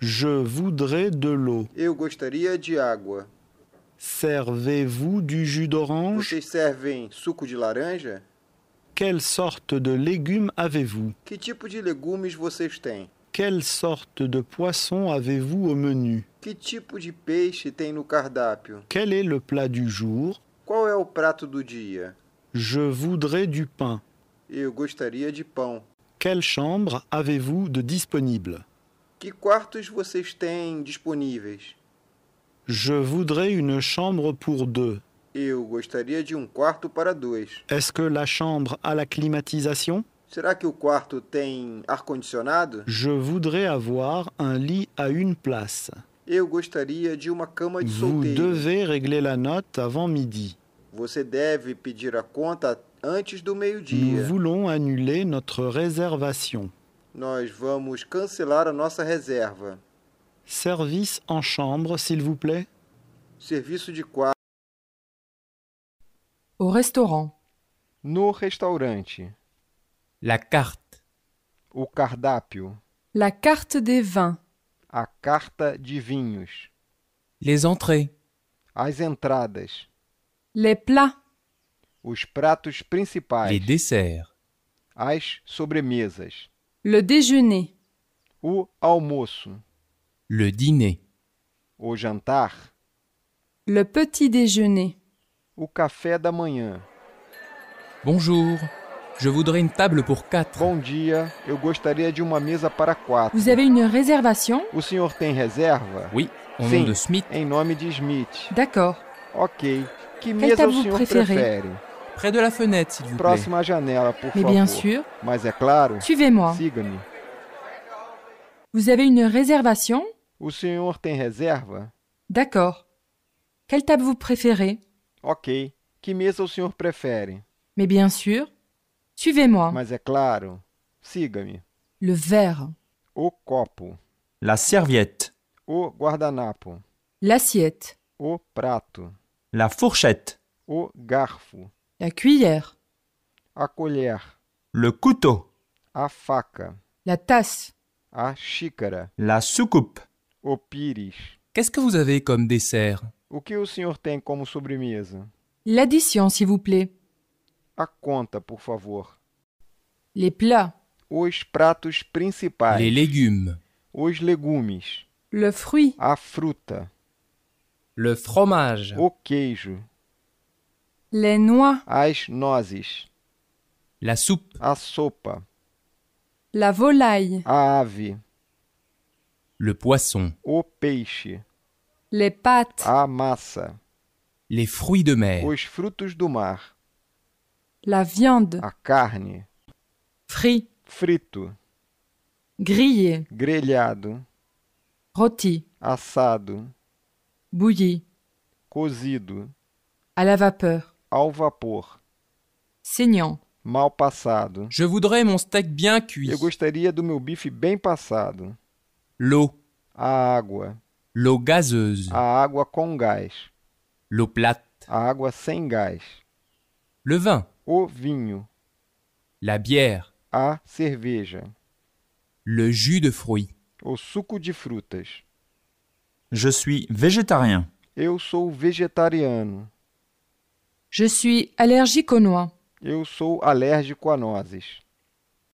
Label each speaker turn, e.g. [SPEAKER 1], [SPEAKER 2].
[SPEAKER 1] Je voudrais de l'eau.
[SPEAKER 2] Eu gostaria de água.
[SPEAKER 1] Servez-vous du jus d'orange
[SPEAKER 2] Vocês servem suco de laranja?
[SPEAKER 1] Quelle sorte de légumes avez-vous
[SPEAKER 2] Que tipo de legumes vocês têm?
[SPEAKER 1] Quelle sorte de poisson avez-vous au menu
[SPEAKER 2] Que tipo de peixe tem no cardápio?
[SPEAKER 1] Quel est le plat du jour
[SPEAKER 2] Qual é o prato do dia?
[SPEAKER 1] Je voudrais du pain.
[SPEAKER 2] Eu gostaria de pão.
[SPEAKER 1] Quelle chambre avez-vous de disponible
[SPEAKER 2] Que quartos vocês têm disponíveis?
[SPEAKER 1] Je voudrais une chambre pour deux.
[SPEAKER 2] Eu gostaria de um quarto para dois.
[SPEAKER 1] Est-ce que la chambre a la climatisation
[SPEAKER 2] Será que o quarto tem ar-condicionado?
[SPEAKER 1] Je voudrais avoir un lit à une place.
[SPEAKER 2] Eu gostaria de uma cama de
[SPEAKER 1] Vous
[SPEAKER 2] solteiro.
[SPEAKER 1] devez régler la note avant midi.
[SPEAKER 2] Você deve pedir a conta antes do
[SPEAKER 1] Nous
[SPEAKER 2] meio-dia.
[SPEAKER 1] voulons annuler notre réservation.
[SPEAKER 2] Nós vamos cancelar a nossa reserva.
[SPEAKER 1] Service en chambre, s'il vous plaît.
[SPEAKER 2] Serviço de quarto
[SPEAKER 3] Au restaurant.
[SPEAKER 2] no restaurante.
[SPEAKER 4] La carte.
[SPEAKER 2] O cardápio,
[SPEAKER 3] La carte des vins.
[SPEAKER 2] a carta de vinhos,
[SPEAKER 4] Les entrées.
[SPEAKER 2] as entradas,
[SPEAKER 3] Les plats.
[SPEAKER 2] os pratos principais,
[SPEAKER 4] Les desserts.
[SPEAKER 2] as sobremesas,
[SPEAKER 3] Le déjeuner.
[SPEAKER 2] o almoço,
[SPEAKER 4] Le dîner.
[SPEAKER 2] o jantar,
[SPEAKER 3] Le petit déjeuner.
[SPEAKER 2] o café da manhã.
[SPEAKER 4] Bonjour. Je voudrais une table pour quatre.
[SPEAKER 2] Bom dia, eu gostaria de uma mesa para quatro.
[SPEAKER 3] Vous avez une réservation
[SPEAKER 2] O senhor tem reserva?
[SPEAKER 4] Oui, au
[SPEAKER 2] Sim.
[SPEAKER 4] nom de Smith,
[SPEAKER 2] Em nome de Smith.
[SPEAKER 3] D'accord.
[SPEAKER 2] Ok. Que
[SPEAKER 3] Quelle
[SPEAKER 2] mesa
[SPEAKER 3] table
[SPEAKER 2] o
[SPEAKER 3] vous
[SPEAKER 2] senhor
[SPEAKER 3] préférez
[SPEAKER 2] prefere?
[SPEAKER 4] près de la fenêtre, s'il vous plaît.
[SPEAKER 2] Próxima à janela, por
[SPEAKER 3] Mais
[SPEAKER 2] favor.
[SPEAKER 3] bien sûr,
[SPEAKER 2] Mas é claro,
[SPEAKER 3] suivez-moi.
[SPEAKER 2] siga-me.
[SPEAKER 3] Vous avez une réservation
[SPEAKER 2] O senhor tem reserva?
[SPEAKER 3] D'accord. Quelle table vous préférez
[SPEAKER 2] Ok. Que mesa o senhor prefere?
[SPEAKER 3] Mais bien sûr, suivez-moi.
[SPEAKER 2] Mas é claro, siga-me.
[SPEAKER 3] Le verre.
[SPEAKER 2] O copo,
[SPEAKER 5] La serviette.
[SPEAKER 2] o guardanapo,
[SPEAKER 3] L'assiette.
[SPEAKER 2] o prato,
[SPEAKER 5] La fourchette.
[SPEAKER 2] o garfo,
[SPEAKER 3] La cuillère.
[SPEAKER 2] a colher,
[SPEAKER 5] Le couteau.
[SPEAKER 2] a faca,
[SPEAKER 3] La tasse.
[SPEAKER 2] a xícara,
[SPEAKER 5] La soucoupe.
[SPEAKER 2] o pires.
[SPEAKER 4] Qu'est-ce que vous avez comme dessert
[SPEAKER 2] O que o senhor tem como sobremesa?
[SPEAKER 3] L'addition, s'il vous plaît.
[SPEAKER 2] A conta, por favor.
[SPEAKER 3] Les plats.
[SPEAKER 2] Os pratos principais.
[SPEAKER 4] Les légumes.
[SPEAKER 2] Os legumes.
[SPEAKER 3] Le fruit.
[SPEAKER 2] A fruta.
[SPEAKER 4] Le fromage.
[SPEAKER 2] O queijo.
[SPEAKER 3] Les noix.
[SPEAKER 2] As nozes.
[SPEAKER 4] La soupe.
[SPEAKER 2] A sopa.
[SPEAKER 3] La volaille.
[SPEAKER 2] A ave.
[SPEAKER 4] Le poisson.
[SPEAKER 2] O peixe.
[SPEAKER 3] Les pâtes.
[SPEAKER 2] A massa.
[SPEAKER 4] Les fruits de mer.
[SPEAKER 2] Os frutos do mar.
[SPEAKER 3] La viande.
[SPEAKER 2] A carne.
[SPEAKER 3] Frit.
[SPEAKER 2] Frito.
[SPEAKER 3] Grillé.
[SPEAKER 2] Grelhado.
[SPEAKER 3] Rôti.
[SPEAKER 2] Assado.
[SPEAKER 3] Bouilli.
[SPEAKER 2] Cozido.
[SPEAKER 3] À la vapeur.
[SPEAKER 2] Ao vapor.
[SPEAKER 3] Saignant.
[SPEAKER 2] Mal passado.
[SPEAKER 4] Je voudrais mon steak bien cuit.
[SPEAKER 2] Eu gostaria do meu bife bem passado.
[SPEAKER 4] L'eau.
[SPEAKER 2] A água.
[SPEAKER 4] L'eau gazeuse.
[SPEAKER 2] A água com gás.
[SPEAKER 4] L'eau plate.
[SPEAKER 2] A água sem gás.
[SPEAKER 4] Le vin.
[SPEAKER 2] o vinho,
[SPEAKER 4] La bière.
[SPEAKER 2] a cerveja,
[SPEAKER 4] Le jus de fruits.
[SPEAKER 2] o suco de frutas.
[SPEAKER 5] Je suis végétarien.
[SPEAKER 2] Eu sou vegetariano.
[SPEAKER 3] Je suis allergique aux noix.
[SPEAKER 2] Eu sou alérgico a nozes.